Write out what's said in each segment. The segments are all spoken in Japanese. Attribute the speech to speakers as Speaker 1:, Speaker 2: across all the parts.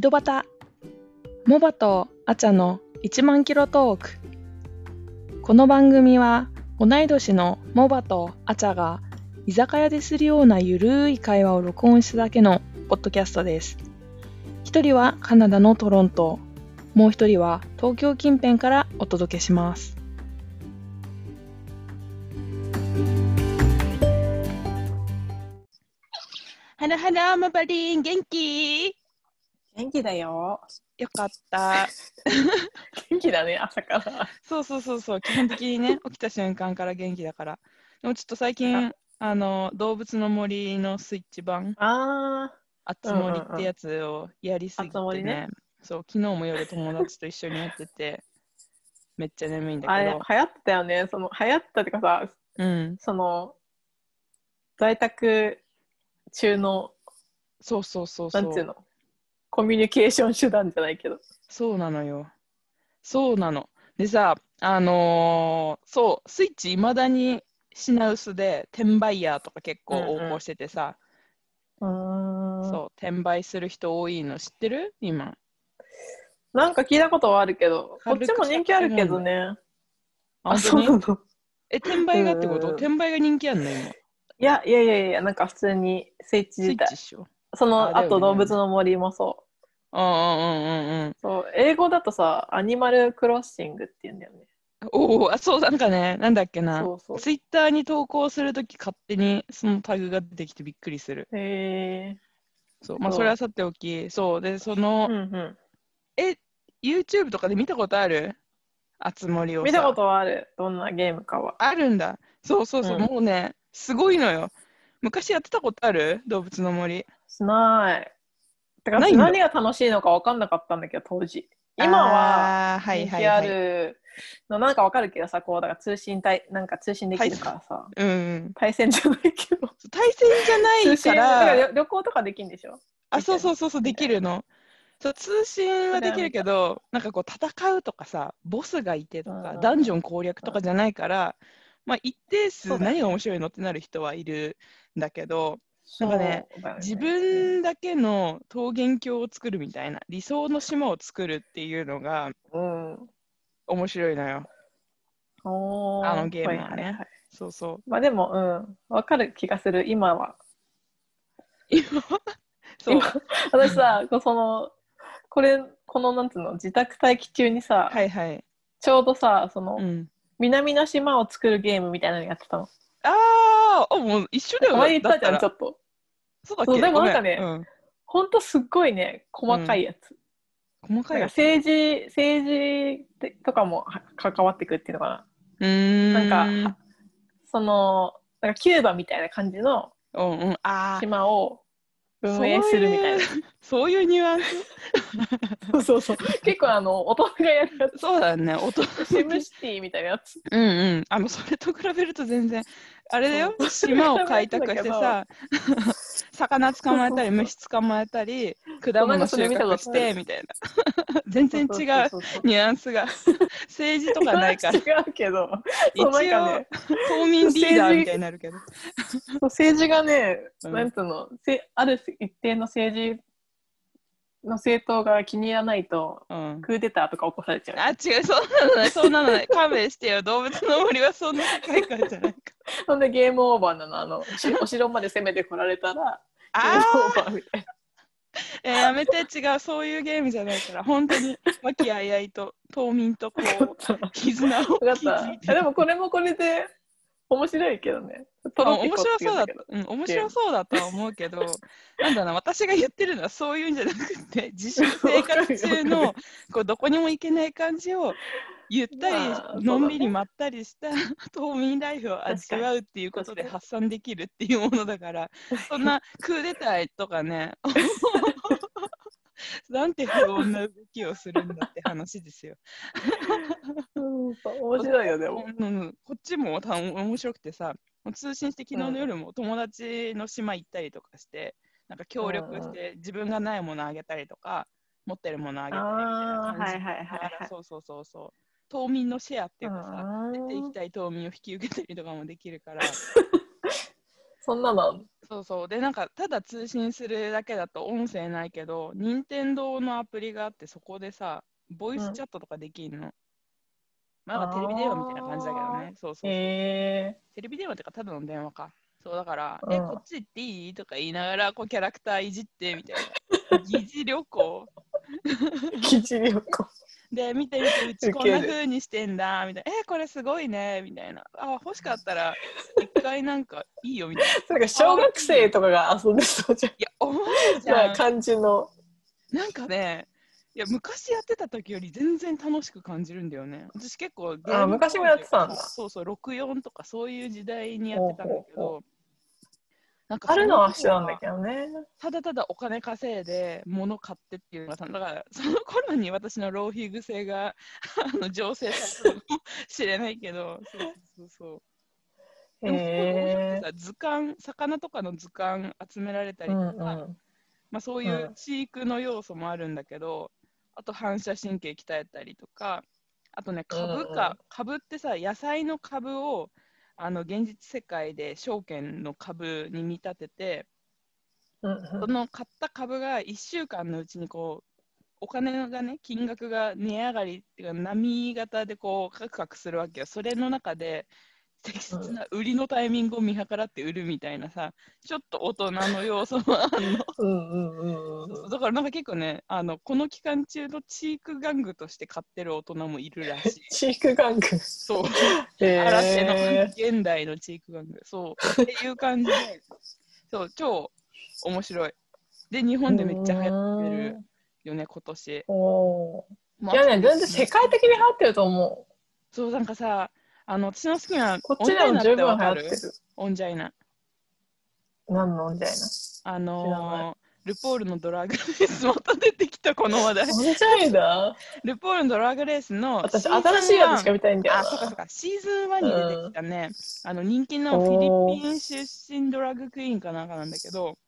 Speaker 1: ドバタモバとアチャの1万キロトークこの番組は同い年のモバとアチャが居酒屋でするようなゆるい会話を録音しただけのポッドキャストです一人はカナダのトロントもう一人は東京近辺からお届けします
Speaker 2: はらはら、マバリン、元気よ
Speaker 3: 元気だよ。
Speaker 1: かった
Speaker 3: 元気だね、朝から。
Speaker 1: そうそうそうそう基本的に ね起きた瞬間から元気だからでもちょっと最近あの動物の森のスイッチ版
Speaker 3: あ
Speaker 1: 「あつ森」ってやつをやりすぎて
Speaker 3: あつ
Speaker 1: ね,、
Speaker 3: 森ね
Speaker 1: そう昨日も夜友達と一緒にやっててめっちゃ眠いん
Speaker 3: ー、あ
Speaker 1: だけ
Speaker 3: れ、
Speaker 1: ど
Speaker 3: 流行ったよね。その、流行ったってかさ、
Speaker 1: うん
Speaker 3: その、在宅中の、
Speaker 1: そうそうそうそ
Speaker 3: なんていうの、コミュニケーション手段じゃないけど。
Speaker 1: そうなのよ。そうなの。でさ、あのーそう、スイッチいまだに品薄で、転売ヤーとか結構
Speaker 3: うんうん
Speaker 1: 横行しててさ、
Speaker 3: うーん
Speaker 1: そう、転売する人多いの知ってる今。
Speaker 3: なんか聞いたことはあるけど、こっ
Speaker 1: 軽く
Speaker 3: ちも人気あるけどね。あ、そう
Speaker 1: 本当
Speaker 3: な
Speaker 1: に
Speaker 3: の
Speaker 1: え、転売がってこ
Speaker 3: うん
Speaker 1: と
Speaker 3: うん
Speaker 1: 転売が人気あんの今。
Speaker 3: いや、いやいやいや、なんか普通にスイッチ
Speaker 1: スイ
Speaker 3: 自
Speaker 1: ッ
Speaker 3: 体
Speaker 1: チっ。しょ。
Speaker 3: そ
Speaker 1: あ
Speaker 3: の、
Speaker 1: だよ
Speaker 3: あ
Speaker 1: ね
Speaker 3: と動物の森もそう。
Speaker 1: うんうんうんうんうん。
Speaker 3: そう、英語だとさ、アニマルクロッシングって言うんだよね。
Speaker 1: おお、あ、そう、なんかね、なんだっけな。
Speaker 3: そうそう。
Speaker 1: ツイッターに投稿するとき勝手にそのタグが出てきてびっくりする。
Speaker 3: へえ
Speaker 1: そう、まあ
Speaker 3: そう
Speaker 1: それはさておき、そう、で、その、
Speaker 3: ー。うんうん。
Speaker 1: え、YouTube とかで見たことあるあつ森をさ
Speaker 3: 見たことはある。どんなゲームかは。
Speaker 1: あるんだ。そうそうそう、
Speaker 3: うん
Speaker 1: もうね、すごいのよ。昔やってたことある動物の森。
Speaker 3: しない。だから
Speaker 1: ない
Speaker 3: 私
Speaker 1: んだ
Speaker 3: 何が楽しいのか分かんなかったんだけど、当時。今は、
Speaker 1: あーはい
Speaker 3: 人
Speaker 1: はい
Speaker 3: 気
Speaker 1: は
Speaker 3: あ
Speaker 1: い。
Speaker 3: るの、なんか分かるけどさ、こう、だから通信対、なんか通信できるからさ、
Speaker 1: うんうん。
Speaker 3: 対戦じゃないけ ど。
Speaker 1: 対戦じゃない
Speaker 3: 通
Speaker 1: か
Speaker 3: 信だから
Speaker 1: ら、
Speaker 3: 旅旅行とかできるんでしょ
Speaker 1: あ、そうそうそうそう、で
Speaker 3: みた
Speaker 1: き
Speaker 3: いな
Speaker 1: るの。そう通信はできるけど、なんかこう戦うとかさ、ボスがいてと
Speaker 3: うんうん
Speaker 1: か
Speaker 3: う、ん
Speaker 1: ダンジョン攻略とかじゃないから、まあ一定
Speaker 3: そ
Speaker 1: 数
Speaker 3: うだよね
Speaker 1: 何が面白いのってなる人はいるんだけど、なんかね
Speaker 3: そうだよね
Speaker 1: 自
Speaker 3: うん
Speaker 1: 分だけの桃源郷を作るみたいな理想の島を作るっていうのが
Speaker 3: うん。
Speaker 1: 面白いのよ
Speaker 3: お
Speaker 1: あのゲームはね
Speaker 3: いいい
Speaker 1: そうそう
Speaker 3: まあでも、うん、分かる気がする、今は。
Speaker 1: 今そう
Speaker 3: 今 私さ、こうその、これ、このなんつうの、自宅待機中にさ、
Speaker 1: はいはい、
Speaker 3: ちょうどさ、その、
Speaker 1: うん、
Speaker 3: 南の島を作るゲームみたいなのやってたの。
Speaker 1: あーあもう一緒だよ
Speaker 3: 前に言ったじ
Speaker 1: だ
Speaker 3: ゃ
Speaker 1: ら
Speaker 3: ん、ちょっと。
Speaker 1: そうだっ
Speaker 3: そ
Speaker 1: け
Speaker 3: うでも
Speaker 1: ごめ
Speaker 3: なんかね
Speaker 1: うん
Speaker 3: ほんとすっごいね、細かいやつ。
Speaker 1: 細かい
Speaker 3: なん
Speaker 1: や
Speaker 3: か
Speaker 1: つ
Speaker 3: 政治、政治とかもは関わってくっていうのかな。
Speaker 1: うーん
Speaker 3: なんか、その、なんかキューバみたいな感じの
Speaker 1: うんうんあー
Speaker 3: 島を運営するみたいな。
Speaker 1: そういうニュアンス
Speaker 3: そうそうそう。結構あの、大人がやるやつ。
Speaker 1: そうだね音
Speaker 3: シムシティみたいなやつ。
Speaker 1: うんうんあのそれと比べると全然あれだよ
Speaker 3: そう
Speaker 1: 島を開拓してさ 魚捕まえたり
Speaker 3: そうそうそう
Speaker 1: 虫捕まえた り果物収穫してみたいな全然違う
Speaker 3: そうそ うそうそう。
Speaker 1: ニュアンスが政治とかない から
Speaker 3: 違うけど、
Speaker 1: 一
Speaker 3: そ
Speaker 1: 応
Speaker 3: うなんかね
Speaker 1: 島民リーダーみたいになるけど
Speaker 3: そう政治がね、
Speaker 1: うん
Speaker 3: なんつうの、せある一定の政治の政党が気に入らないと、
Speaker 1: うん
Speaker 3: クーデターとか起こされち
Speaker 1: あ
Speaker 3: ゃ
Speaker 1: 違うそんなのないそんなのない勘弁してよ動物の森はそんな世界観 じゃないか
Speaker 3: う。そんでゲームオーバーなの、あの、し お城まで攻めてこられたら、ゲー
Speaker 1: あ
Speaker 3: ムオーバーみたい
Speaker 1: ーいややめて違うそういうゲームじゃないから本当 に和気あいあいと島民とこ
Speaker 3: な。
Speaker 1: う
Speaker 3: 分かっ
Speaker 1: 絆を
Speaker 3: た。分
Speaker 1: 築
Speaker 3: か
Speaker 1: い
Speaker 3: って た。でもこれもこれで、面白いけどね。トロピ
Speaker 1: 面
Speaker 3: コっ
Speaker 1: 白
Speaker 3: てい
Speaker 1: そうだ
Speaker 3: ん
Speaker 1: っ
Speaker 3: けど。
Speaker 1: うん、面白そうだとは思うけど、なんだろうな、私が言ってるのはそういうんじゃなく て、自粛生活中
Speaker 3: わ
Speaker 1: のこうどこにも行けない感じを、ゆったり、
Speaker 3: まあ
Speaker 1: のんび
Speaker 3: そうだ
Speaker 1: り
Speaker 3: ね
Speaker 1: まったりした島民ライフを味わうっていうことで
Speaker 3: 確かに
Speaker 1: 発散できるっていうものだから、そんなクーデターとかね、 なんて不穏な動きをするんだって話ですよ。
Speaker 3: うん そう面白いよ、でも。
Speaker 1: うんうんうんこっちもた面白くてさ通信して昨日の夜も友達の島行ったりとかして、なんか協力して自分がないものあげたりとか持ってるものあげたりみ
Speaker 3: ああー、
Speaker 1: た
Speaker 3: は
Speaker 1: いな感
Speaker 3: い
Speaker 1: じ
Speaker 3: はいはい
Speaker 1: だから
Speaker 3: はい。
Speaker 1: そうそうそうそう島民のシェアっていうかさ
Speaker 3: あー
Speaker 1: 出ていきたい島民を引き受けたりとかもできるから
Speaker 3: そんなの
Speaker 1: そうそう。で、なんか、ただ通信するだけだと音声ないけど、任天堂のアプリがあって、そこでさ、ボイスチャットとかできんの。まあ、なんかテレビ電話みたいな感じだけどね。そうそうそう。
Speaker 3: え
Speaker 1: テレビ電話っていうか、ただの電話か。そうだから、
Speaker 3: うん
Speaker 1: え、こっち行っていいとか言いながら、こう、キャラクターいじって、みたい な。疑似旅行。
Speaker 3: ー、 基地旅行。
Speaker 1: で、見て見て、うち
Speaker 3: ウ
Speaker 1: こん
Speaker 3: ケ
Speaker 1: な
Speaker 3: る
Speaker 1: 風にしてんだ、みたいな。え、これすごいね、みたいな。あ、欲しかったら、一回なんか、いいよ、みたいな。い
Speaker 3: なんか小学生とかが遊んでそうじゃん。
Speaker 1: や、思うじゃ
Speaker 3: なんんか。感じの。
Speaker 1: なんかね、いや昔やってた時より全然楽しく感じるんだよね。私結構ゲーム
Speaker 3: あ昔もやってたんだ
Speaker 1: そうそう、64とかそういう時代にやってたんだけ
Speaker 3: ほうほう
Speaker 1: ど、なんか
Speaker 3: あるのは
Speaker 1: そ
Speaker 3: 一緒
Speaker 1: 頃
Speaker 3: なんだけどね。
Speaker 1: ただただお金稼いで物買ってっていうのがだからその頃に私の浪費癖が あの醸成されたのかもしれないけど、そうそうそうそう。でも
Speaker 3: へえ
Speaker 1: さ図鑑魚とかの図鑑集められた
Speaker 3: ー。う
Speaker 1: りとか、
Speaker 3: んうん。
Speaker 1: まあ、そういうんう飼育の要素もあるんだけど、あと反射神経鍛えたりとかあとね株
Speaker 3: うんうん
Speaker 1: か、株ってさ野菜の株をあの現実世界で証券の株に見立てて
Speaker 3: うん
Speaker 1: その買った株が1週間のうちにこうお金がね金額が値上がりっていうか波型でこうカクカクするわけよそれの中で適切な売りのタイミングを見計らって売るみたいなさちょっと大人の要素もあるの。
Speaker 3: うんうんうんうん。。
Speaker 1: だからなんか結構ねあのこの期間中のチーク玩具として買ってる大人もいるらしい
Speaker 3: 飼育玩具。
Speaker 1: そう、
Speaker 3: へ
Speaker 1: 新しいの
Speaker 3: ー
Speaker 1: 現代のチーク玩具。そう、っていう感じで、そう、超面白い。で、日本でめっちゃ流行ってるよね、今年。
Speaker 3: おー
Speaker 1: ま
Speaker 3: いやね、全然世界的に流行ってると思う。
Speaker 1: そう、なんかさ、あの私の好きな
Speaker 3: こっちでも
Speaker 1: オンジャイ
Speaker 3: 十分流
Speaker 1: ナって
Speaker 3: 行
Speaker 1: わ
Speaker 3: っ
Speaker 1: か
Speaker 3: て
Speaker 1: る
Speaker 3: る。
Speaker 1: オンジャイナ。
Speaker 3: 何のみたいな。
Speaker 1: あ
Speaker 3: 知らな
Speaker 1: のールポールのドラッグレース、 また出てきた、この話題。
Speaker 3: オンジャイナ
Speaker 1: ルポールのドラッグレースの
Speaker 3: 私、
Speaker 1: シーズン
Speaker 3: 新しいやつ
Speaker 1: 1
Speaker 3: しか見たいんだよ
Speaker 1: あ、そうかそうか。シーズン1に出てきたね、あの人気のフィリピン出身ドラッグクイーンかなんかなんだけど、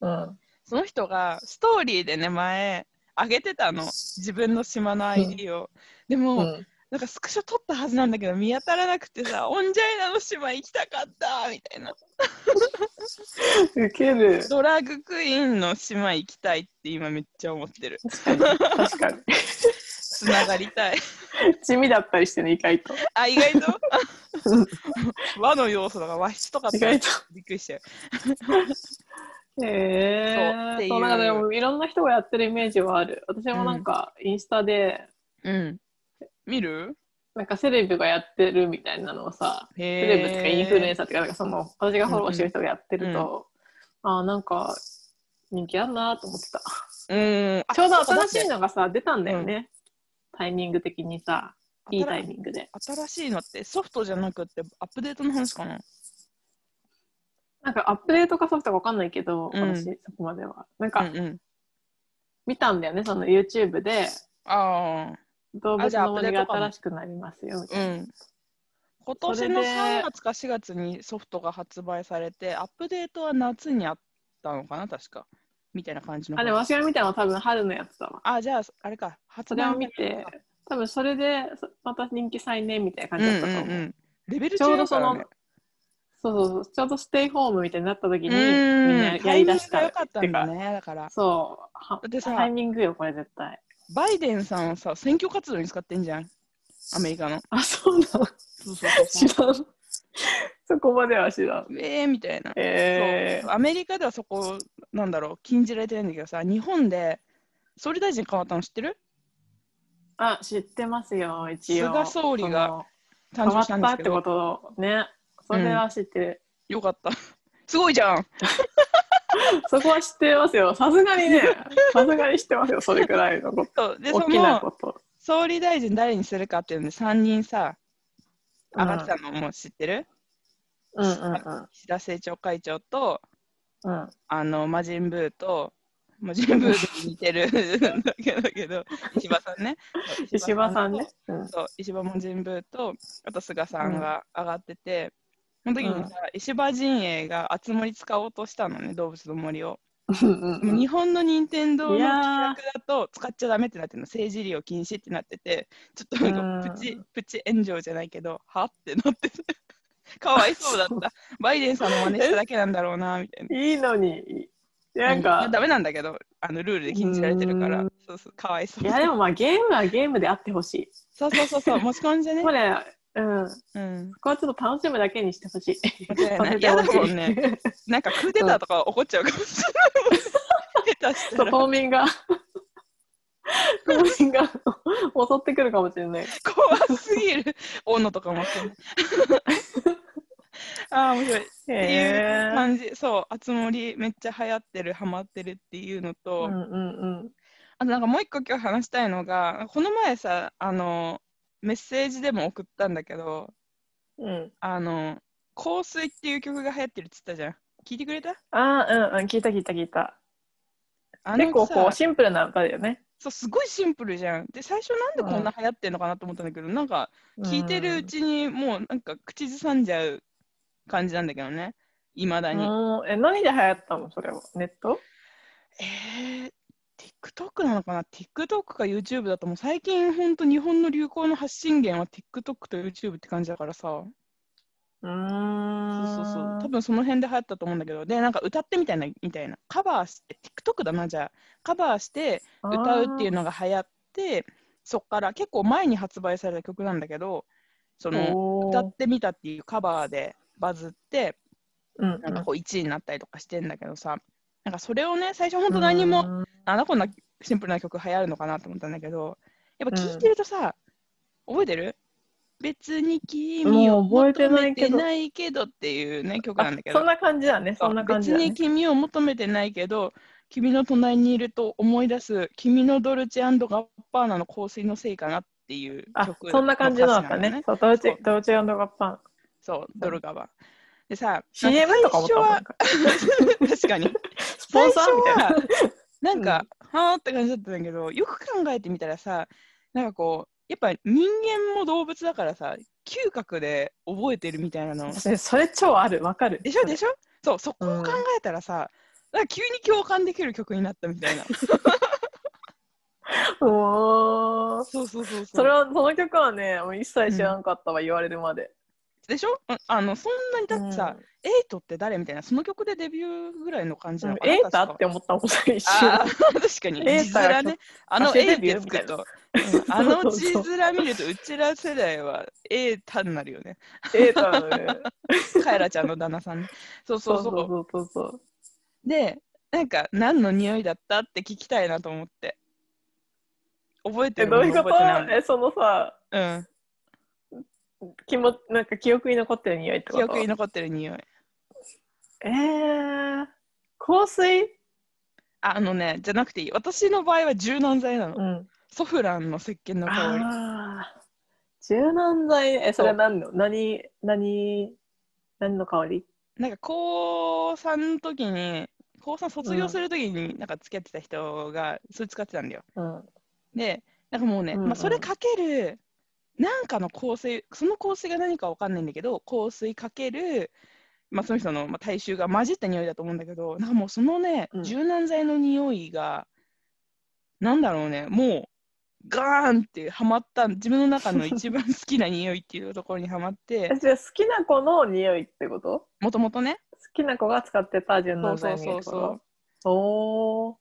Speaker 3: な。
Speaker 1: その人がストーリーでね、前、上げてたの。自分の島の ID を。でも、
Speaker 3: うん。うん
Speaker 1: なんかスクショ撮ったはずなんだけど、見当たらなくて さ、オンジャイナの島行きたかったみたいな。
Speaker 3: ウケる。
Speaker 1: ドラッグクイーンの島行きたいって今めっちゃ思ってる。
Speaker 3: 確かに。
Speaker 1: つながりた い。
Speaker 3: 地味だったりしてね、意外と。
Speaker 1: あ、意 外と和の要素とか和室とか
Speaker 3: 意
Speaker 1: びっ
Speaker 3: 外と。
Speaker 1: くりしたよ。
Speaker 3: へ
Speaker 1: そうってい
Speaker 3: え。
Speaker 1: う
Speaker 3: そう、なんかでもいろんな人がやってるイメージはある。私もなんか、インスタで、
Speaker 1: うん。見る
Speaker 3: なんかセレブがやってるみたいなのをさ、
Speaker 1: へ
Speaker 3: セ
Speaker 1: ー
Speaker 3: レブとかインフルエンサーっていうか、なんかその、私がフォローしてる人がやってると、ああ、なんか、人気あんなと思ってた。
Speaker 1: うーん。
Speaker 3: ちょうど
Speaker 1: あ
Speaker 3: 新しいのがさ、出たんだよね。タイミング的にさ、いいタイミングで。
Speaker 1: 新しいのってソフトじゃなくてアップデートの話かな。
Speaker 3: なんかアップデートかソフトかわかんないけど、
Speaker 1: うん
Speaker 3: 私、そこまでは。なんか、
Speaker 1: うんうん。
Speaker 3: 見たんだよね、その YouTube で、
Speaker 1: あ
Speaker 3: 動
Speaker 1: あ
Speaker 3: 物
Speaker 1: じゃあ
Speaker 3: の森
Speaker 1: アップ
Speaker 3: が
Speaker 1: デートかも
Speaker 3: 新しくなります
Speaker 1: あ、
Speaker 3: よ、み
Speaker 1: う
Speaker 3: たいな。
Speaker 1: ん。今年
Speaker 3: そ
Speaker 1: の
Speaker 3: れで
Speaker 1: 3月か4月にソフトが発売されて、アップデートは夏にあったのかな、確か。みたいな感じの。
Speaker 3: あ、でも私が見たのは多分春のやつだわ。
Speaker 1: あ、じゃあ、あれか、
Speaker 3: そ
Speaker 1: 発
Speaker 3: れ
Speaker 1: 売
Speaker 3: を見て、多分それで、そまた人気再燃みたいな
Speaker 1: う
Speaker 3: 感
Speaker 1: ん
Speaker 3: じ
Speaker 1: う
Speaker 3: だっ
Speaker 1: ん
Speaker 3: たと思う。
Speaker 1: うん。レベル
Speaker 3: ちょう
Speaker 1: 中
Speaker 3: ど
Speaker 1: だ
Speaker 3: そ
Speaker 1: から
Speaker 3: の、
Speaker 1: ね。
Speaker 3: そうそうそう、ちょうどステイホームみたいになった時に、みん
Speaker 1: うん
Speaker 3: なやりだし
Speaker 1: タイミングが
Speaker 3: た。
Speaker 1: 良かったんだ
Speaker 3: てか
Speaker 1: ね。だから、
Speaker 3: そうは
Speaker 1: だってさ
Speaker 3: タイミングよ、これ絶対。
Speaker 1: バイデンさんをさ、選挙活動に使ってんじゃん。アメリカの。
Speaker 3: あ、そうなの
Speaker 1: そうそうそう
Speaker 3: 知らん。 そこまでは知らん。
Speaker 1: うえーみたいな。
Speaker 3: え
Speaker 1: そう
Speaker 3: ー、
Speaker 1: アメリカではそこなんだろう禁じられてるんだけどさ日本で総理大臣変わったの知ってる
Speaker 3: あ、知ってますよ、一応。
Speaker 1: 菅総理が
Speaker 3: そ
Speaker 1: 誕
Speaker 3: の変
Speaker 1: 生
Speaker 3: わ
Speaker 1: し
Speaker 3: った
Speaker 1: んで
Speaker 3: た
Speaker 1: す
Speaker 3: っ
Speaker 1: け
Speaker 3: て
Speaker 1: ど
Speaker 3: ことをね。それは知ってる。
Speaker 1: よかった すごいじゃん
Speaker 3: そこは知ってますよ。さすがにね、さすがに知ってますよ、それくらいのこと。
Speaker 1: そうでそ
Speaker 3: 大きな
Speaker 1: の
Speaker 3: こと。
Speaker 1: 総理大臣誰にするかっていうので3人さ上がってたのも知ってる、
Speaker 3: うんうんうん
Speaker 1: 岸田政調会長と
Speaker 3: うん。うん
Speaker 1: あの魔人ブーと魔人ブーに似て るだけだけど石破さんねそう
Speaker 3: 石破さんね
Speaker 1: と。
Speaker 3: うん
Speaker 1: そう石破門人部とあと菅さんが上がってて、その時にさ、石破陣営が熱盛使おうとしたのね動物の森を、
Speaker 3: うんうん
Speaker 1: 日本の任天堂の
Speaker 3: い
Speaker 1: 規
Speaker 3: やー
Speaker 1: 約だと使っちゃダメってなってるの政治利用禁止ってなっててちょっとなんかプチ、プチ炎上じゃないけどはってなってて かわいそうだった。バイデンさんの真似しただけなんだろうな、みたいな。
Speaker 3: いいのに。なん
Speaker 1: ま
Speaker 3: か
Speaker 1: あ、ダメなんだけど、あのルールで禁じられてるから
Speaker 3: うーん、
Speaker 1: そうそう、かわいそ。
Speaker 3: いうやでもまあゲームはゲームであってほしい。
Speaker 1: そうそうそうそう、持ち込んでね
Speaker 3: こ。れ、うん、こ
Speaker 1: うん。
Speaker 3: こはちょっと楽しむだけにしてほしい。
Speaker 1: 間違いない。
Speaker 3: いや
Speaker 1: 嫌
Speaker 3: で
Speaker 1: だ
Speaker 3: も
Speaker 1: もんね。なんかクーデターとか怒っちゃうかもしれない。下手し
Speaker 3: そ
Speaker 1: た
Speaker 3: う
Speaker 1: ら。
Speaker 3: 島民 が島民が襲ってくるかもしれない。
Speaker 1: 怖すぎる。斧とか持って ね。ああ、面白い。っていう感じ。そう、あつ森めっちゃ流行ってる、ハマってるっていうのと、
Speaker 3: うんうんうん。
Speaker 1: あとなんかもう一個今日話したいのが、この前さ、あの、メッセージでも送ったんだけど、
Speaker 3: うん、
Speaker 1: あの、香水っていう曲が流行ってるっつったじゃん。聞いてくれた
Speaker 3: ああ、うんうん、聞いた聞いた聞いた。
Speaker 1: あの
Speaker 3: 結構こう
Speaker 1: さ
Speaker 3: シンプルな歌だよね。
Speaker 1: そう、すごいシンプルじゃん。で、最初なんでこんな流行ってんのかなと思ったんだけど、なんか、聞いてるうちにもうなんか口ずさんじゃう感じなんだけどねいまだ
Speaker 3: う
Speaker 1: に、
Speaker 3: んうんえ、何で流行ったのそれは。ネット
Speaker 1: えー、TikTok なのかな TikTok か YouTube だともう最近ほんと日本の流行の発信源は TikTok と YouTube って感じだからさ
Speaker 3: う
Speaker 1: そう
Speaker 3: ー。
Speaker 1: んそうそう多分その辺で流行ったと思うんだけどでなんか歌ってみたいなみたいなカバーして TikTok だなじゃあカバーして歌うっていう
Speaker 3: の。
Speaker 1: のが流行ってそっから結構前に発売された曲なんだけどその
Speaker 3: お
Speaker 1: 歌
Speaker 3: ー
Speaker 1: ってみたっていうカバーでバズって
Speaker 3: うん
Speaker 1: なん
Speaker 3: う
Speaker 1: か
Speaker 3: ん
Speaker 1: こう1位になったりとかしてんだけどさ、なんかそれをね、最初本当何も、
Speaker 3: うん
Speaker 1: なんだこんなシンプルな曲流行るのかなと思ったんだけど、やっぱ聴いてるとさ、覚えてる別に君を
Speaker 3: もう覚えて
Speaker 1: 求
Speaker 3: な
Speaker 1: め
Speaker 3: いけ
Speaker 1: て
Speaker 3: ど
Speaker 1: ないけどっていうね、曲なんだけ
Speaker 3: あそん
Speaker 1: ど、
Speaker 3: な感じだね。そんな感じ
Speaker 1: 別
Speaker 3: だ
Speaker 1: に
Speaker 3: ね。
Speaker 1: 君を求めてないけど、君の隣にいると思い出す、君のドルチェガッパーナの香水のせいかなっていう
Speaker 3: あ
Speaker 1: 曲、
Speaker 3: そんな感じのだっ
Speaker 1: 歌
Speaker 3: た
Speaker 1: 詞なの
Speaker 3: ね。そう、ドルチ
Speaker 1: そう
Speaker 3: ェ、ドルチェガッパン。
Speaker 1: そう、ドルガバ。でさ、
Speaker 3: CM とかも
Speaker 1: 最初は
Speaker 3: なんか
Speaker 1: 確かに。
Speaker 3: スポンサーみたいな。
Speaker 1: な。なんか、はーって感じだったんだけど、よく考えてみたらさ、なんかこう、やっぱ人間も動物だからさ、嗅覚で覚えてるみたいなの。
Speaker 3: それそれ超ある、わかる。
Speaker 1: でしょでしょそう、そこを考えたらさ、なんか急に共感できる曲になったみたいな。
Speaker 3: ょおー
Speaker 1: そうそうそうそう。
Speaker 3: それは、その曲はね、もう一切知らんかったわ、言われるまで。
Speaker 1: でしょああの、そんなにだってさ、
Speaker 3: うん、
Speaker 1: エイトって誰みたいな、その曲でデビューぐらいの感じなのかな。
Speaker 3: エー
Speaker 1: 確
Speaker 3: タ
Speaker 1: か
Speaker 3: って思ったもん、最初。
Speaker 1: あー 確かに。
Speaker 3: エ
Speaker 1: 字
Speaker 3: ーター
Speaker 1: 面ね。あの
Speaker 3: 歌手
Speaker 1: A
Speaker 3: デ
Speaker 1: っ
Speaker 3: ビュ
Speaker 1: て
Speaker 3: ー
Speaker 1: つ
Speaker 3: みた
Speaker 1: くと、
Speaker 3: いな
Speaker 1: うんあの字
Speaker 3: そうそう
Speaker 1: 面見ると、うちら世代は A たになるよね。
Speaker 3: エーターのね。
Speaker 1: カエラちゃんの旦那さんね。そう そうそう。
Speaker 3: そうそうそう。
Speaker 1: で、なんか何の匂いだったって聞きたいなと思って。覚えて
Speaker 3: え、
Speaker 1: る
Speaker 3: どういう
Speaker 1: 覚
Speaker 3: こ
Speaker 1: えて
Speaker 3: と
Speaker 1: ない
Speaker 3: え、そのさ、
Speaker 1: うん。
Speaker 3: 気もなんか記憶に残ってる匂いってこと
Speaker 1: 記憶に残ってる匂い。
Speaker 3: えー、香水
Speaker 1: ああのね、じゃなくていい。私の場合は柔軟剤なの。
Speaker 3: うん。
Speaker 1: ソフランの石鹸の香り。
Speaker 3: ああ。柔軟剤、え、それは何の何、何、何の香り
Speaker 1: なんか高3の時に、高3卒業する時になんか付き合ってた人がそれ使ってたんだよ。
Speaker 3: うん。
Speaker 1: で、なんかもうね、
Speaker 3: うんうん
Speaker 1: まあ、それかける、なんかの香水、その香水が何かわかんないんだけど、香水かける、まあ、その人の、まあ、体臭が混じった匂いだと思うんだけど、なんかもうそのね、
Speaker 3: うん
Speaker 1: 柔軟剤の匂いが、なんだろうね、もう、ガーンってはまった、自分の中の一番好きな匂いっていうところにはまって
Speaker 3: え、、じゃあ好きな子の匂いってこと
Speaker 1: もともとね、
Speaker 3: 好きな子が使ってた柔
Speaker 1: そ
Speaker 3: 軟
Speaker 1: うそ
Speaker 3: 剤
Speaker 1: う
Speaker 3: みたい
Speaker 1: そ
Speaker 3: な
Speaker 1: うそ
Speaker 3: こ
Speaker 1: う
Speaker 3: と。おー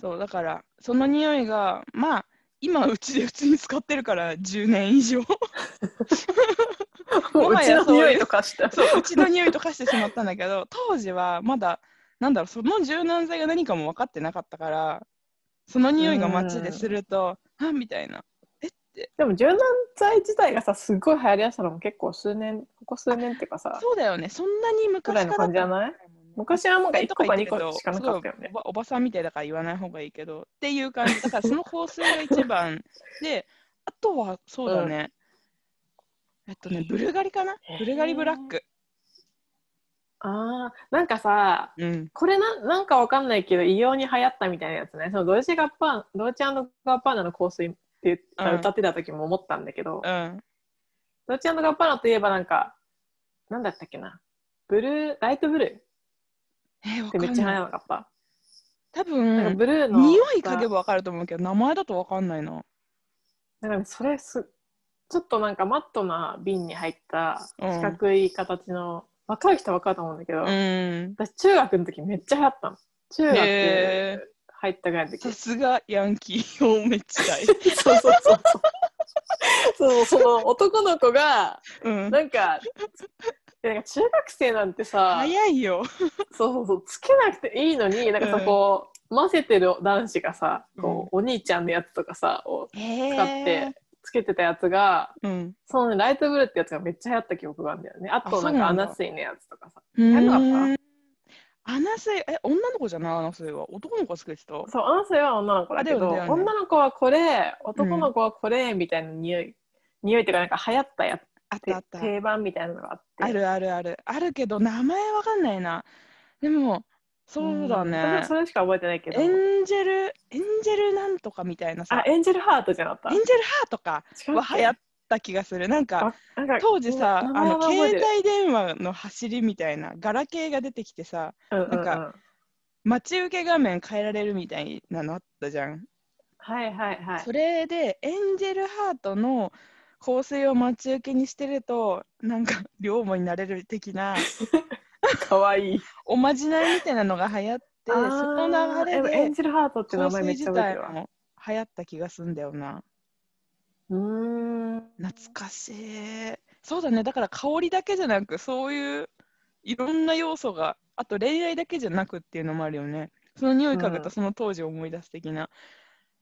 Speaker 1: そう、だから、その匂いが、まあ、今、うちで普通に使ってるから、10年以上。
Speaker 3: もう
Speaker 1: も
Speaker 3: う
Speaker 1: は
Speaker 3: ち
Speaker 1: や
Speaker 3: の
Speaker 1: そういう
Speaker 3: 匂いとかして
Speaker 1: そううちの匂いと化してしまったんだけど 当時はまだなんだろうその柔軟剤が何かも分かってなかったからその匂いが街でするとあみたいな
Speaker 3: でも柔軟剤自体がさすごい流行りだしたのも結構数年ここ数年っていうかさ
Speaker 1: そうだよねそんなに
Speaker 3: ぐら
Speaker 1: 昔か
Speaker 3: いの
Speaker 1: ら
Speaker 3: 感じじゃない昔はなんか1個か2個しかなかったよね
Speaker 1: おばおばさんみたいだから言わない方がいいけどっていう感じだからその香水が一 番であとはそうだね、えっとねブルガリかなブルガリブラック
Speaker 3: あーなんかさ
Speaker 1: うん
Speaker 3: これななんかわかんないけど異様に流行ったみたいなやつねそのドルチェガッパードルチェガッパーナの香水って
Speaker 1: うん
Speaker 3: 歌ってた時も思ったんだけど、
Speaker 1: うん
Speaker 3: ドルチェガッパーナといえばなんかなんだったっけなブルーライトブル
Speaker 1: え
Speaker 3: ーっ
Speaker 1: わ
Speaker 3: て
Speaker 1: か
Speaker 3: めっ
Speaker 1: ん
Speaker 3: ちゃ流
Speaker 1: ない
Speaker 3: 行らなかった
Speaker 1: 多
Speaker 3: なんか
Speaker 1: 分
Speaker 3: ブルーの
Speaker 1: 匂い嗅げば分かると思うけど名前だと分かんないな
Speaker 3: なんかねそれすちょっとなんかマットな瓶に入った
Speaker 1: うん
Speaker 3: 四角い形の、わかる人はわかると思うんだけ
Speaker 1: う
Speaker 3: ど、
Speaker 1: ん。
Speaker 3: 私中学の時めっちゃ流行ったの中学
Speaker 1: へー
Speaker 3: 入ったぐらいの時、
Speaker 1: さすがヤンキーをめっちゃい。
Speaker 3: そうそうそうそうそうその男の子が
Speaker 1: うん。
Speaker 3: なんかなんか中学生なんてさ
Speaker 1: 早いよ。
Speaker 3: そうそうそうつけなくていいのになんかそこ、混ぜてる男子がさこう、お兄ちゃんのやつとかさを
Speaker 1: へ
Speaker 3: 使って。つけてたやつが、
Speaker 1: うん。
Speaker 3: そのライトブルーってやつがめっちゃ流行った記憶があるんだよねあ
Speaker 1: あそ
Speaker 3: と
Speaker 1: う
Speaker 3: な
Speaker 1: なんんだ
Speaker 3: かアナスイのやつとかさ
Speaker 1: う
Speaker 3: かった
Speaker 1: ん。アナスイ、え、女の子じゃないアナスイは。男の子がつけてた。
Speaker 3: そうアナスイは女の子だけど
Speaker 1: あだよねだよね
Speaker 3: 女の子はこれ男の子はこれみたいな匂い、匂いっていうかなんか流行ったやつ
Speaker 1: あったあった。
Speaker 3: 定番みたいなのがあって
Speaker 1: あるあるある。あるけど、名前わかんないな。でも、そうだ
Speaker 3: ん私は
Speaker 1: ね。
Speaker 3: それしか覚えてないけど
Speaker 1: エンジェル、エンジェルなんとかみたいな
Speaker 3: あ
Speaker 1: さ。エン
Speaker 3: エンジェルハートじゃなかった
Speaker 1: ジェルハートか
Speaker 3: 違うっ
Speaker 1: は
Speaker 3: け
Speaker 1: 流行った気がする。なんか、
Speaker 3: あなんか
Speaker 1: 当時さ、
Speaker 3: 名
Speaker 1: あ
Speaker 3: 前は
Speaker 1: の、
Speaker 3: 覚え
Speaker 1: 携
Speaker 3: てる
Speaker 1: 帯電話の走りみたいな、ガラケーが出てきてさ、
Speaker 3: うんうんうん
Speaker 1: なんか待ち受け画面変えられるみたいなのあったじゃん。
Speaker 3: はいはいはい
Speaker 1: それでエンジェルハートの香水を待ち受けにしてるとなんか両母になれる的 な
Speaker 3: かわいい
Speaker 1: おまじないみたいなのが流行ってそこの流れ
Speaker 3: エ
Speaker 1: で
Speaker 3: ンジェルハートって名
Speaker 1: 香
Speaker 3: 前
Speaker 1: 水
Speaker 3: めっちゃ
Speaker 1: 自
Speaker 3: 覚え
Speaker 1: 体
Speaker 3: てるわ
Speaker 1: も流行った気がすんだよな
Speaker 3: うーん
Speaker 1: 懐かしいそうだねだから香りだけじゃなくそういういろんな要素があと恋愛だけじゃなくっていうのもあるよねその匂い嗅ぐ
Speaker 3: う
Speaker 1: と
Speaker 3: ん
Speaker 1: その当時を思い出す的な、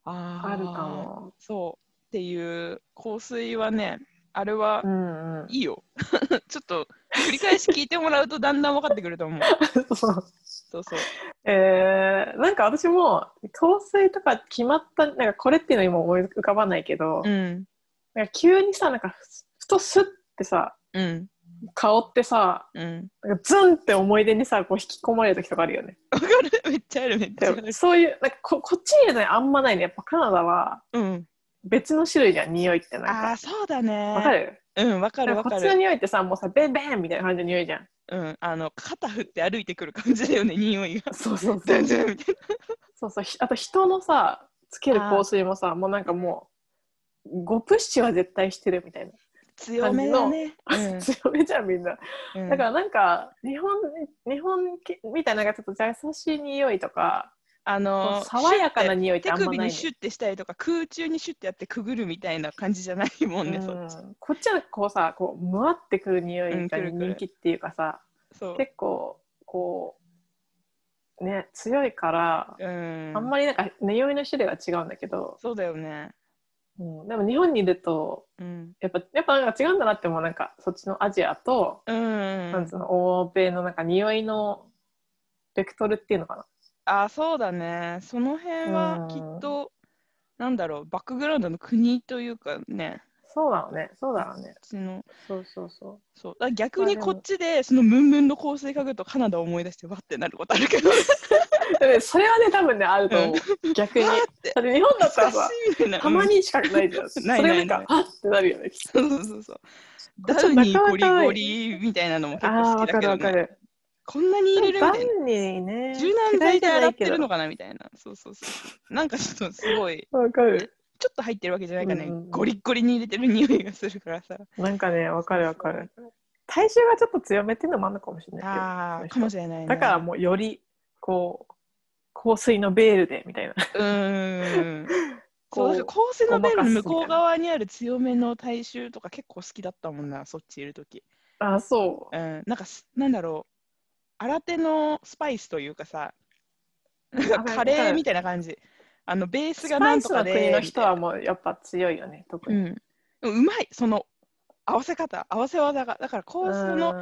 Speaker 1: あー
Speaker 3: あるかも
Speaker 1: そうっていう香水はねあれは
Speaker 3: うん うん
Speaker 1: いいよ ちょっと繰り返し聞いてもらうとだんだん分かってくると思う
Speaker 3: そう
Speaker 1: そうそう
Speaker 3: えー、なんか私も香水とか決まったなんかこれっていうの今思い浮かばないけど、
Speaker 1: うん
Speaker 3: なんか急にさなんかふふとスッてさ
Speaker 1: うん
Speaker 3: 香ってさ
Speaker 1: うん
Speaker 3: なんかズンって思い出にさこう引き込まれる時とかあるよね
Speaker 1: わかるめっちゃあるめっちゃある
Speaker 3: でそういうなんかここっちにいるのにあんまないねやっぱカナダは
Speaker 1: うん
Speaker 3: 別の種類じゃん匂いってなん
Speaker 1: あ
Speaker 3: か
Speaker 1: あそうだね
Speaker 3: わかる
Speaker 1: うんわか
Speaker 3: な
Speaker 1: る
Speaker 3: ん
Speaker 1: わ
Speaker 3: かこ
Speaker 1: か
Speaker 3: っちの
Speaker 1: る
Speaker 3: 匂いってさもうさベンベンみたいな感じの匂いじゃん
Speaker 1: うんあの肩振って歩いてくる感じだよね匂いが
Speaker 3: そうそうそ
Speaker 1: 全
Speaker 3: う
Speaker 1: 然みたい
Speaker 3: そうそうひあと人のさつける香水もさもうなんかもう5プッシュは絶対してるみたいな
Speaker 1: な強めだね
Speaker 3: 強めじゃんみんな、
Speaker 1: うんうん
Speaker 3: だからなんか日本日本系みたいななんかちょっと優しい匂いとか、
Speaker 1: あの
Speaker 3: 爽やかな匂いって
Speaker 1: 手
Speaker 3: あんま
Speaker 1: 首
Speaker 3: ない、
Speaker 1: に
Speaker 3: ね
Speaker 1: シュッてしたりとか空中にシュッてやってくぐるみたいな感じじゃないもんね、そっち
Speaker 3: うんこっちはこうさこうむわってくる匂いが
Speaker 1: うんくるくる
Speaker 3: 人気っていうかさ、
Speaker 1: そう
Speaker 3: 結構こうね強いから、
Speaker 1: うん
Speaker 3: あんまりなんか匂いの種類は違うんだけど、
Speaker 1: そうだよね
Speaker 3: うんでも日本にいると
Speaker 1: うん
Speaker 3: やっぱやっぱなんか違うんだなってもうなんかそっちのアジアと、
Speaker 1: うんうんう
Speaker 3: なん
Speaker 1: ん
Speaker 3: つうの欧米のなんか匂いのベクトルっていうのかな
Speaker 1: あそうだねその辺はきっと、なんだろうバックグラウンドの国というかね
Speaker 3: そうだろうねそうだろうね
Speaker 1: うちの
Speaker 3: そうそうそ
Speaker 1: そうだから逆に
Speaker 3: まあでも
Speaker 1: こっちでそのムンムンの香水嗅ぐとカナダを思い出してわってなることあるけどわ
Speaker 3: う。でもそれはね、多分ね、あると思う。逆に。だ
Speaker 1: ーって
Speaker 3: って日本だったら
Speaker 1: 懐
Speaker 3: さ
Speaker 1: かし、いみたいな
Speaker 3: たまにしかないじゃん。それ
Speaker 1: ないない
Speaker 3: がなんか
Speaker 1: ない、
Speaker 3: あってなるよね。きっ
Speaker 1: うんそうそうそうそう
Speaker 3: こっ
Speaker 1: ダ
Speaker 3: ちは
Speaker 1: ウ
Speaker 3: なかなか
Speaker 1: ニーゴリゴリみたいなのも
Speaker 3: と
Speaker 1: 結
Speaker 3: あ
Speaker 1: 構
Speaker 3: あ、
Speaker 1: 好
Speaker 3: わ
Speaker 1: き
Speaker 3: か
Speaker 1: だけ
Speaker 3: る
Speaker 1: ど、
Speaker 3: わか
Speaker 1: ね、
Speaker 3: る。
Speaker 1: こんなに入れるみ
Speaker 3: バ
Speaker 1: たいな
Speaker 3: ンにね、
Speaker 1: 柔軟剤で洗ってるの
Speaker 3: か
Speaker 1: かなみたいなそうそうそうなんかちょっとすごい
Speaker 3: わかる。
Speaker 1: ちょっと入ってるわけじゃないからね、
Speaker 3: うんうんうん
Speaker 1: ゴリッゴリに入れてる匂いがするからさ
Speaker 3: なんかね、わかるわかる。体重がちょっと強めっていうのもあるのかもしれないけど
Speaker 1: あ
Speaker 3: そ
Speaker 1: あ
Speaker 3: う
Speaker 1: かもしれないね。
Speaker 3: だからもうより、こう、香水のベールでみたいな。
Speaker 1: うーん。そう
Speaker 3: こう
Speaker 1: だから香水のベールの向こう側にある強めの大衆とか結構好きだったもんな、そっちいるとき。
Speaker 3: ああ、そう
Speaker 1: う。ん、なんかす、なんだろう、新手のスパイスというかさ、なんかカレーみたいな感じ。あの、ベース
Speaker 3: ス
Speaker 1: が
Speaker 3: パ
Speaker 1: な
Speaker 3: イ
Speaker 1: んと
Speaker 3: ス
Speaker 1: か
Speaker 3: の
Speaker 1: で。
Speaker 3: 国の人はもうやっぱ強いよね、特
Speaker 1: う
Speaker 3: に。
Speaker 1: ん。でもうまい、その合わせ方、合わせ技が。だから香水の
Speaker 3: の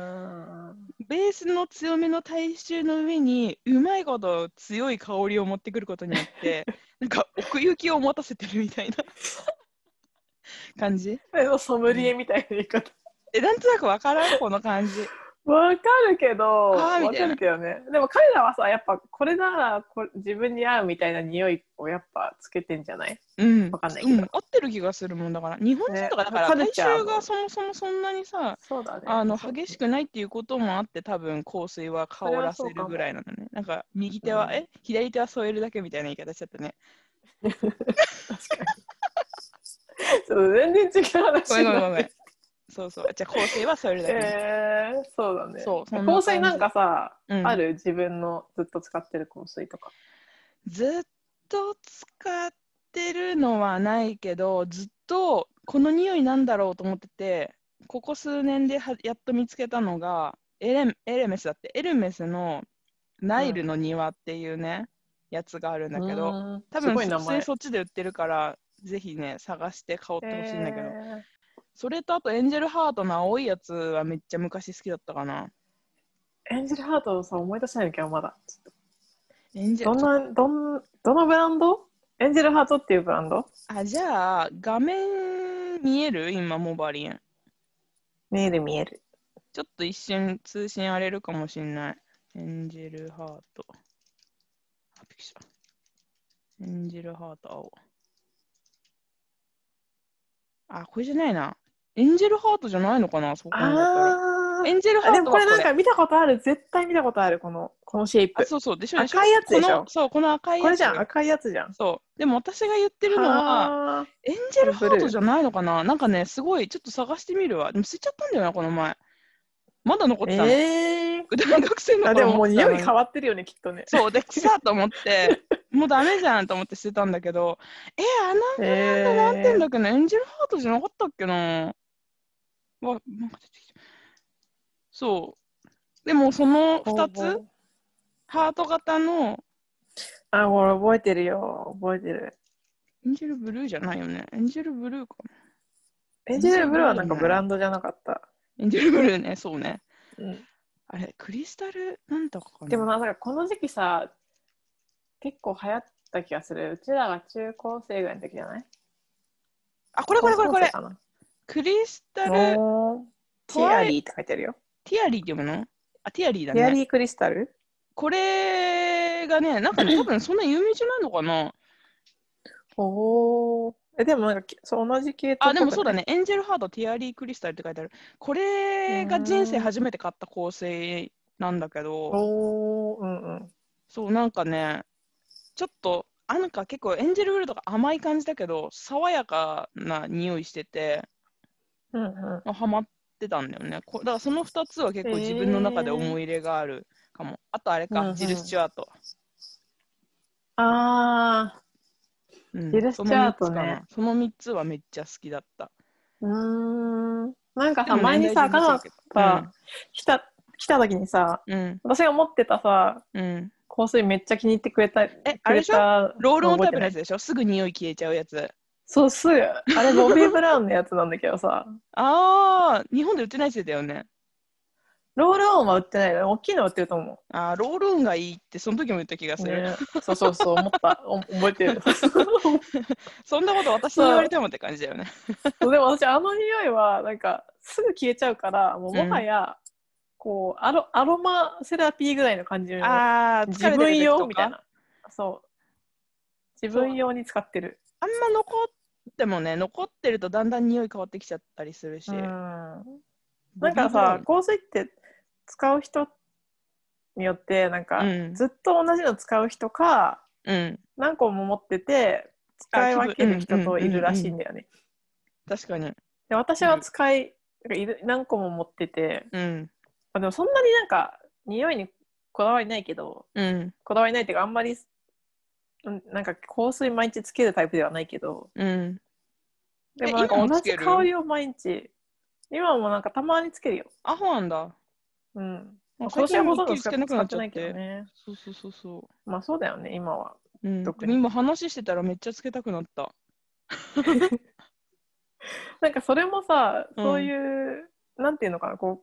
Speaker 1: ベースの強めの大衆の上にうまいこと強い香りを持ってくることによって なんか奥行きを持たせてるみたいな感じ
Speaker 3: あのソムリエみたいな言い方。
Speaker 1: えなんとなくわからんこの感じ
Speaker 3: わかるけど、
Speaker 1: あ
Speaker 3: わ
Speaker 1: ー
Speaker 3: か
Speaker 1: みたいな
Speaker 3: るけどね。でも彼らはさ、やっぱこれならこれ自分に合うみたいな匂いをやっぱつけてんじゃない
Speaker 1: うん
Speaker 3: わかんないけ
Speaker 1: う
Speaker 3: ど
Speaker 1: ん、合ってる気がするもんだから日本人とか
Speaker 3: ね
Speaker 1: だから
Speaker 3: カル
Speaker 1: 大
Speaker 3: チャーも
Speaker 1: 衆がそもそもそんなにさ
Speaker 3: そうだね
Speaker 1: あの激しくないっていうこともあって多分香水は香らせ
Speaker 3: それはそうか
Speaker 1: る
Speaker 3: も
Speaker 1: ぐらいなのねなんか右手は、
Speaker 3: うん
Speaker 1: え 左手は添えるだけみたいな言い方しちゃったね
Speaker 3: 確か そう全然違う話
Speaker 1: ごめんごめんご
Speaker 3: ん
Speaker 1: めん。そうそう。じゃあ構成はそれだけ。
Speaker 3: えー、そうだね
Speaker 1: そうそんな
Speaker 3: 香水なんかさ、
Speaker 1: うん
Speaker 3: ある自分のずっと使ってる香水とか
Speaker 1: ずっと使ってるのはないけど、ずっとこの匂いなんだろうと思ってて、ここ数年ではやっと見つけたのが、エレエレメスだって、エルメスのナイルの庭っていうね、やつがあるんだけど、
Speaker 3: ど
Speaker 1: 多
Speaker 3: す
Speaker 1: 分
Speaker 3: ごい名
Speaker 1: 普通
Speaker 3: 前
Speaker 1: にそっちで売ってるから、ぜひね、探して買おうってほしいんだけど、
Speaker 3: えー
Speaker 1: それとあとエンジェルハートの青いやつはめっちゃ昔好きだったかな。
Speaker 3: エンジェルハートをさ思い出せないんだけどまだちょっ
Speaker 1: エンジェ
Speaker 3: と
Speaker 1: ル
Speaker 3: どんなどんどのブランドエンジェルハートっていうブランド
Speaker 1: あ、じゃあ、画面見える今、モバリン。
Speaker 3: 見える見える
Speaker 1: ちょっと一瞬通信荒れるかもしんない。エンジェルハート。あ、びっくりした。エンジェルハート青。あ、これじゃないな。エンジェルハートじゃないのかなそう考えたら。
Speaker 3: あ
Speaker 1: エンジェルハ
Speaker 3: あ
Speaker 1: ー
Speaker 3: で
Speaker 1: トはこ
Speaker 3: もこ
Speaker 1: れ
Speaker 3: れなんか見たことある絶対見たことあるこのこのシェイ
Speaker 1: あ、
Speaker 3: プ
Speaker 1: そうそう。でしょでしょ
Speaker 3: 赤いやつでし
Speaker 1: こ
Speaker 3: ょ
Speaker 1: のそう、この赤いやつ。
Speaker 3: これじゃん赤いやつじゃん
Speaker 1: そう。でも私が言ってるのは、
Speaker 3: あー
Speaker 1: エンジェルハートじゃないのかななんかね、すごい、ちょっと探してみるわ。でも捨てちゃったんだよな、この前。まだ残ってた の。
Speaker 3: ええ
Speaker 1: 大学生の
Speaker 3: あで
Speaker 1: 頃
Speaker 3: ももう
Speaker 1: 持ってた
Speaker 3: 匂
Speaker 1: の
Speaker 3: い
Speaker 1: に
Speaker 3: 変わってるよねきっとね
Speaker 1: そう、で、くさと思って、 もうダメじゃんと思って捨てたんだけど、え、あの
Speaker 3: え
Speaker 1: ブランドなんてんだ
Speaker 3: ー
Speaker 1: っけな、エンジェルハートじゃなかったっけな。うわ、なんか出てきた。そう。でも、その2つ、ハート型の、
Speaker 3: あこれ覚えてるよ覚えてる
Speaker 1: エンジェルブルーじゃないよね。エンジェルブルーか
Speaker 3: エンジェルブルーはなんかブランドじゃなかった、
Speaker 1: な。エンジェルブルーね、そうね。
Speaker 3: うん
Speaker 1: あれ、クリスタルなんとかかな。
Speaker 3: でもななんかこの時期さ結構流行った気がするうちらが中高生ぐらいの時じゃない
Speaker 1: あ、これこれこれこれ。
Speaker 3: 高校
Speaker 1: クリスタ
Speaker 3: 生か
Speaker 1: ル
Speaker 3: な、おーティアリーって書いてあるよ、
Speaker 1: ティアリーって読むのあ、ティアリーだ
Speaker 3: ティア
Speaker 1: ね。
Speaker 3: リークリスタル
Speaker 1: これがね、なんかね多分そんな有名じゃないのか な。
Speaker 3: おおえでもなんかきそう同じ系統
Speaker 1: あ、でもそうだ
Speaker 3: ね
Speaker 1: ね。エンジェルハート、ティアリークリスタルって書いてある。これが人生初めて買った香水なんだけど、
Speaker 3: おおうんうん
Speaker 1: そう、なんかね、ちょっと、あなんか結構エンジェルブルーとか甘い感じだけど、爽やかな匂いしてて、
Speaker 3: うんうん
Speaker 1: あハマってたんだよね。こだからその2つは結構自分の中で思い入れがあるかも。あとあれか、
Speaker 3: うんうん
Speaker 1: ジル・スチュアート。
Speaker 3: あ
Speaker 1: うん
Speaker 3: ジルスチュアートね
Speaker 1: その3つかなその3つはめっちゃ好きだった。
Speaker 3: ーうーんなんか
Speaker 1: で
Speaker 3: さ
Speaker 1: も
Speaker 3: 前にさ
Speaker 1: 年
Speaker 3: 彼
Speaker 1: 代
Speaker 3: 女
Speaker 1: 順も
Speaker 3: さ、来た来た時にさ
Speaker 1: そうやけどうん、
Speaker 3: 私が持ってたさ
Speaker 1: うん、うん。
Speaker 3: 香水めっちゃ気に入ってくれた
Speaker 1: え、あれでしょロールオンタイプのやつ
Speaker 3: つ
Speaker 1: でしょすぐ匂い消えちゃうやつ。
Speaker 3: そうすぐあ れボビー・ブラウンのやつなんだけどさ
Speaker 1: あー、日本で売ってないやつだよね。
Speaker 3: ロールオンは売ってないの大きいのは売ってると思
Speaker 1: あー、ロールオンがいいって、その時も言った気が
Speaker 3: う、
Speaker 1: する。
Speaker 3: ねそうそうそう思ったお覚えてる
Speaker 1: そんなこと私に言われてもって感じだよね。
Speaker 3: そうでも私あの匂いはなんかすぐ消えちゃうからもうもはやこうアロアロマセラピーぐらいの感じの
Speaker 1: あー、疲
Speaker 3: 自
Speaker 1: れてる
Speaker 3: 分
Speaker 1: 時とか
Speaker 3: 用みたいなそう自分用に使ってる
Speaker 1: あんま残ってもね、残ってるとだんだん匂い変わってきちゃったりするし。
Speaker 3: うんなんかさ、香水って使う人によってなんか、
Speaker 1: うん
Speaker 3: ずっと同じの使う人か
Speaker 1: うん、
Speaker 3: 何個も持ってて使い分ける人といるらしいんだよね。
Speaker 1: 確かに。
Speaker 3: で私は使いなんかいる何個も持ってて、
Speaker 1: うん、
Speaker 3: まあ、でもそんなになんか匂いにこだわりないけど
Speaker 1: うん、
Speaker 3: こだわりないっていうかあんまりうんなんか香水毎日つけるタイプではないけど
Speaker 1: うん。
Speaker 3: で
Speaker 1: え
Speaker 3: もなん
Speaker 1: 今
Speaker 3: か
Speaker 1: も
Speaker 3: 同
Speaker 1: つけ
Speaker 3: じ
Speaker 1: る
Speaker 3: 香りを毎日今もなんかたまにつけるよ。
Speaker 1: アホなんだ。
Speaker 3: うん
Speaker 1: もう
Speaker 3: 今年はほとんど
Speaker 1: 最
Speaker 3: 使
Speaker 1: 近
Speaker 3: っ
Speaker 1: はもう一気につけなくなっちゃ
Speaker 3: てな
Speaker 1: っ
Speaker 3: いけ
Speaker 1: て
Speaker 3: ど。ね。
Speaker 1: そうそうそうそ
Speaker 3: まあそうだよね、今は。
Speaker 1: う。うん、で
Speaker 3: 特
Speaker 1: も
Speaker 3: に
Speaker 1: 今話してたらめっちゃつけたくなった。
Speaker 3: なんかそれもさ、
Speaker 1: うん
Speaker 3: そういう、なんていうのかな、こ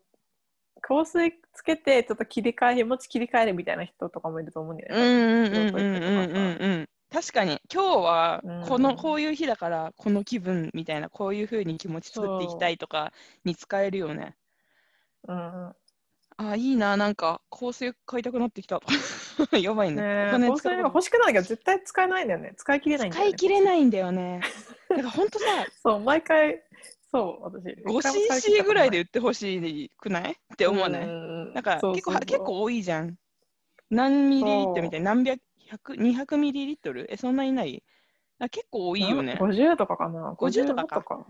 Speaker 3: う、香水つけて、ちょっと切り替え、気持ち切り替えるみたいな人とかもいると思うんだよ
Speaker 1: うん
Speaker 3: ね。
Speaker 1: うんうんうんうんうんうん。確かに今日は
Speaker 3: うん
Speaker 1: この、こういう日だからこの気分みたいなこういう風に気持ち作っていきたいとかに使えるよね。
Speaker 3: うんうん
Speaker 1: あーいいななんか香水買いたくなってきた。 やばいね。
Speaker 3: ねえ
Speaker 1: お金
Speaker 3: 香
Speaker 1: 使
Speaker 3: 水
Speaker 1: う
Speaker 3: なんか欲しくないけど、絶対使えないんだよね。使い切れないんだよ
Speaker 1: 使
Speaker 3: ね。
Speaker 1: い切れないんだよね。だから本当さ
Speaker 3: そう、毎回、そう、私。
Speaker 1: 5cc ぐらいで売
Speaker 3: っ
Speaker 1: ってほしくないって思わない。
Speaker 3: な
Speaker 1: なんか結構は結構多いじゃん。何ミリリットルみたいな、何百、百、二百ミリリットルえ、そんなにないあ結構多いよね。
Speaker 3: 50とかかな。
Speaker 1: 50とかか
Speaker 3: 55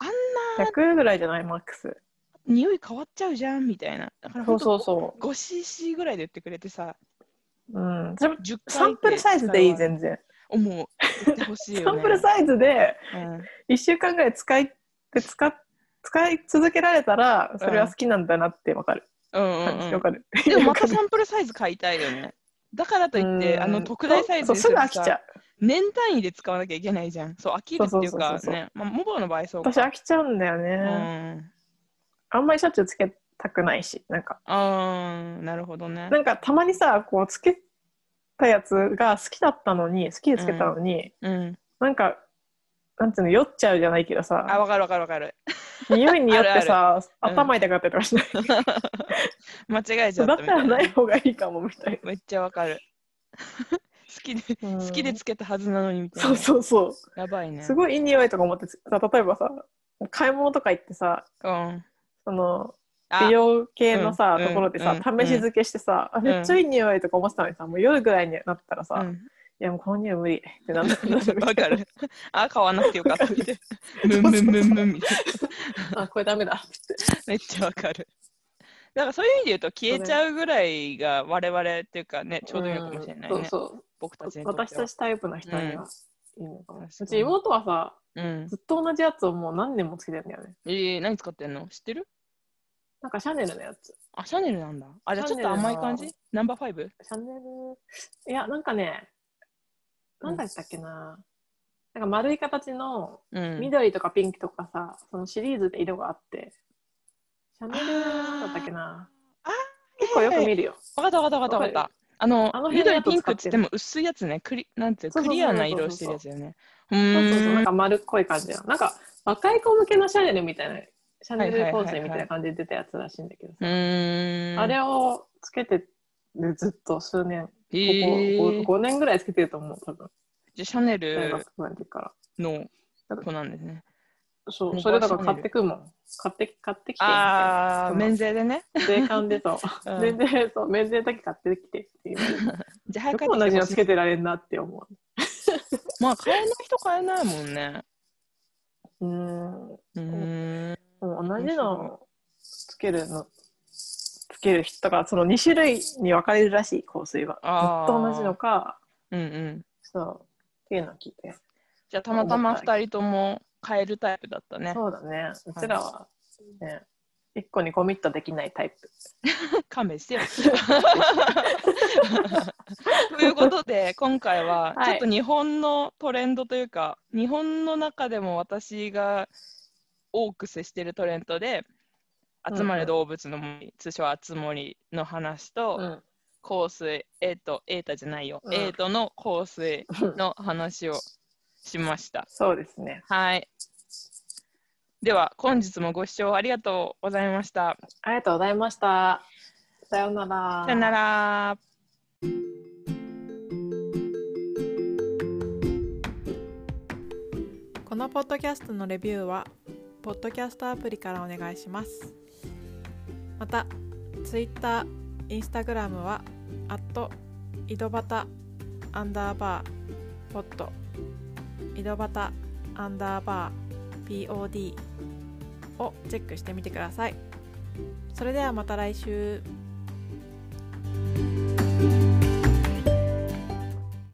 Speaker 1: あん
Speaker 3: 100ぐらいじゃない、マックス。
Speaker 1: 匂い変わっちゃうじゃんみたいな。だから
Speaker 3: そ
Speaker 1: ほ
Speaker 3: うんそう
Speaker 1: と
Speaker 3: そ
Speaker 1: 5cc ぐらいで売ってくれてさ、
Speaker 3: う。うん。それ
Speaker 1: 10回
Speaker 3: サンプルサイズでいい、
Speaker 1: ぜ
Speaker 3: 全然。
Speaker 1: もう、売ってほしいよ、ね。
Speaker 3: サンプルサイズで
Speaker 1: うん
Speaker 3: 1週間ぐらい使いで使っ使い続けられたら、それは好きなんだなってわかる。
Speaker 1: うん
Speaker 3: 感じ
Speaker 1: うんう
Speaker 3: わ
Speaker 1: ん。
Speaker 3: かる。
Speaker 1: でもまた
Speaker 3: わかる
Speaker 1: サンプルサイズ買いたいよね。だからといって、
Speaker 3: うん
Speaker 1: あの特大サイズ
Speaker 3: そう
Speaker 1: に
Speaker 3: すぐ
Speaker 1: ると
Speaker 3: 飽きちゃう。
Speaker 1: 年単位で使わなきゃいけないじゃん。そう、飽きるっていうか
Speaker 3: そうそうそうそ
Speaker 1: ね。まあ、モバの場合そうか。
Speaker 3: 私飽きちゃうんだよ
Speaker 1: う
Speaker 3: ね。
Speaker 1: ん。
Speaker 3: あんまりしょっちゅうつけたくないし、なんか、
Speaker 1: あーなるほどね。
Speaker 3: なんかたまにさ、こうつけたやつが好きだったのに、好きでつけたのに、
Speaker 1: うん。
Speaker 3: なんか、なんていうの、酔っちゃうじゃないけど
Speaker 1: あ、
Speaker 3: さ、
Speaker 1: わかるわかるわかる。
Speaker 3: 匂いによってさ、
Speaker 1: ある
Speaker 3: 頭痛くなったりと かしない。
Speaker 1: 間違えち
Speaker 3: そ
Speaker 1: ゃ
Speaker 3: う
Speaker 1: った
Speaker 3: だっ
Speaker 1: み
Speaker 3: た
Speaker 1: た
Speaker 3: ら
Speaker 1: いな
Speaker 3: な。い方がいいかもみたい
Speaker 1: めっちゃわかる。 好きで、
Speaker 3: な。
Speaker 1: 好きで
Speaker 3: うん
Speaker 1: つけたはずなのにみたいな。
Speaker 3: そうそうそう。
Speaker 1: やばいね。
Speaker 3: すごいいい匂いとか思ってつさ、例えばさ、買い物とか行ってさ、
Speaker 1: うん。
Speaker 3: その
Speaker 1: あ
Speaker 3: 美容系のさ、
Speaker 1: うん
Speaker 3: ところでさ、
Speaker 1: うん
Speaker 3: 試し付けしてさ、あめっちゃいい匂いとか思ってたのにさ、もう夜ぐらいになったらさ、
Speaker 1: う
Speaker 3: い
Speaker 1: ん
Speaker 3: やもうこの匂い無理ってな
Speaker 1: わ
Speaker 3: んだなん だみたい
Speaker 1: か
Speaker 3: な
Speaker 1: る。あ、買わなくてよかったみ たいな。ム
Speaker 3: わか
Speaker 1: ンム
Speaker 3: る
Speaker 1: ンムンムンみたいな。
Speaker 3: あこれダメだって
Speaker 1: めっちゃわかる。だからそういう意味で言うと消えちゃうぐらいが我々っていうかね、ちょうどいいのかもしれないね。
Speaker 3: うんそうそう
Speaker 1: 僕たちにとっ
Speaker 3: 私
Speaker 1: ては
Speaker 3: た。ちタイプの人にはいいのかも、
Speaker 1: う
Speaker 3: うんち妹はさ
Speaker 1: うん。
Speaker 3: ずっと同じやつをもう何年もつけてるんだよね
Speaker 1: えー、何使ってんの知ってる
Speaker 3: なんかシャネルのやつ
Speaker 1: あ、シャネルなんだ。あ、じゃあちょっ
Speaker 3: シ
Speaker 1: と
Speaker 3: ャネルの
Speaker 1: 甘い感じナンバーファイブ
Speaker 3: シャネルいやなんかねなんだったっけな、なんか丸い形の
Speaker 1: うん。
Speaker 3: 緑とかピンクとかさ、そのシリーズで色があってシャネルなんだったっけな
Speaker 1: あー
Speaker 3: 結構よく見るよ、
Speaker 1: わかったわかったわかったわかった。あの、
Speaker 3: あの辺のや
Speaker 1: 緑
Speaker 3: つ
Speaker 1: ピンクっつ
Speaker 3: 使
Speaker 1: っ
Speaker 3: ってて
Speaker 1: も薄いやつね。クリなんていう
Speaker 3: そう
Speaker 1: ク
Speaker 3: そうそう
Speaker 1: リ
Speaker 3: そう
Speaker 1: アな色をしてるやつよね。う
Speaker 3: そうそうそうなん
Speaker 1: ーん。
Speaker 3: か丸っこい感じのなんか若い子向けのシャネルみたいなシャネルコースみたいな感じで出たやつらしいんだけどさ、
Speaker 1: うーん。
Speaker 3: あれをつけてるずっと数年こ
Speaker 1: え
Speaker 3: こ
Speaker 1: ー
Speaker 3: 5, 年ぐらいつけてると思う多分
Speaker 1: じゃあシャネ
Speaker 3: 大
Speaker 1: ル
Speaker 3: 学ぐらいの時から、
Speaker 1: の子なんですね。
Speaker 3: そ
Speaker 1: 僕
Speaker 3: う
Speaker 1: は
Speaker 3: それだから買ってくもん買って買ってきて
Speaker 1: ああ、
Speaker 3: みたい
Speaker 1: 免税でね。
Speaker 3: な税関でそう
Speaker 1: うん
Speaker 3: 免税そう免税だけ買ってきてって言われる
Speaker 1: じゃあ早く
Speaker 3: よ
Speaker 1: 帰
Speaker 3: く
Speaker 1: って
Speaker 3: 同
Speaker 1: き
Speaker 3: じ
Speaker 1: て
Speaker 3: の
Speaker 1: ほし
Speaker 3: つ
Speaker 1: い
Speaker 3: けてられんなって思
Speaker 1: まあ買えない人買えないもんね。
Speaker 3: ううーん
Speaker 1: うーん。
Speaker 3: もう同じのつけるのつける人がその2種類に分かれるらしい香水は
Speaker 1: あ
Speaker 3: ず
Speaker 1: ー
Speaker 3: っと同じのか
Speaker 1: うんうん。
Speaker 3: そうっていうのを聞いて
Speaker 1: じゃあたまたま二人とも買えるタイプだったね。
Speaker 3: そうだねうちらはね1個にコミットできないタイプ
Speaker 1: 勘弁 してよ。ということで今回は
Speaker 3: はい
Speaker 1: ちょっと日本のトレンドというか、日本の中でも私が多く接してるトレンドで「集まれ動物の森」通称「集もり」の話と、
Speaker 3: うん
Speaker 1: 香水エイトエイタじゃないよ、
Speaker 3: うん
Speaker 1: エイトの香水の話をしました。
Speaker 3: そうですね
Speaker 1: はい。では、本日もご視聴ありがとうございました。
Speaker 3: ありがとうございましたさようなら
Speaker 1: さよなら。
Speaker 4: このポッドキャストのレビューはポッドキャストアプリからお願いしますまた Twitter、Instagram は井戸端アンダーバーポッド井戸端アンダーバー POD をチェックしてみてくださいそれではまた来週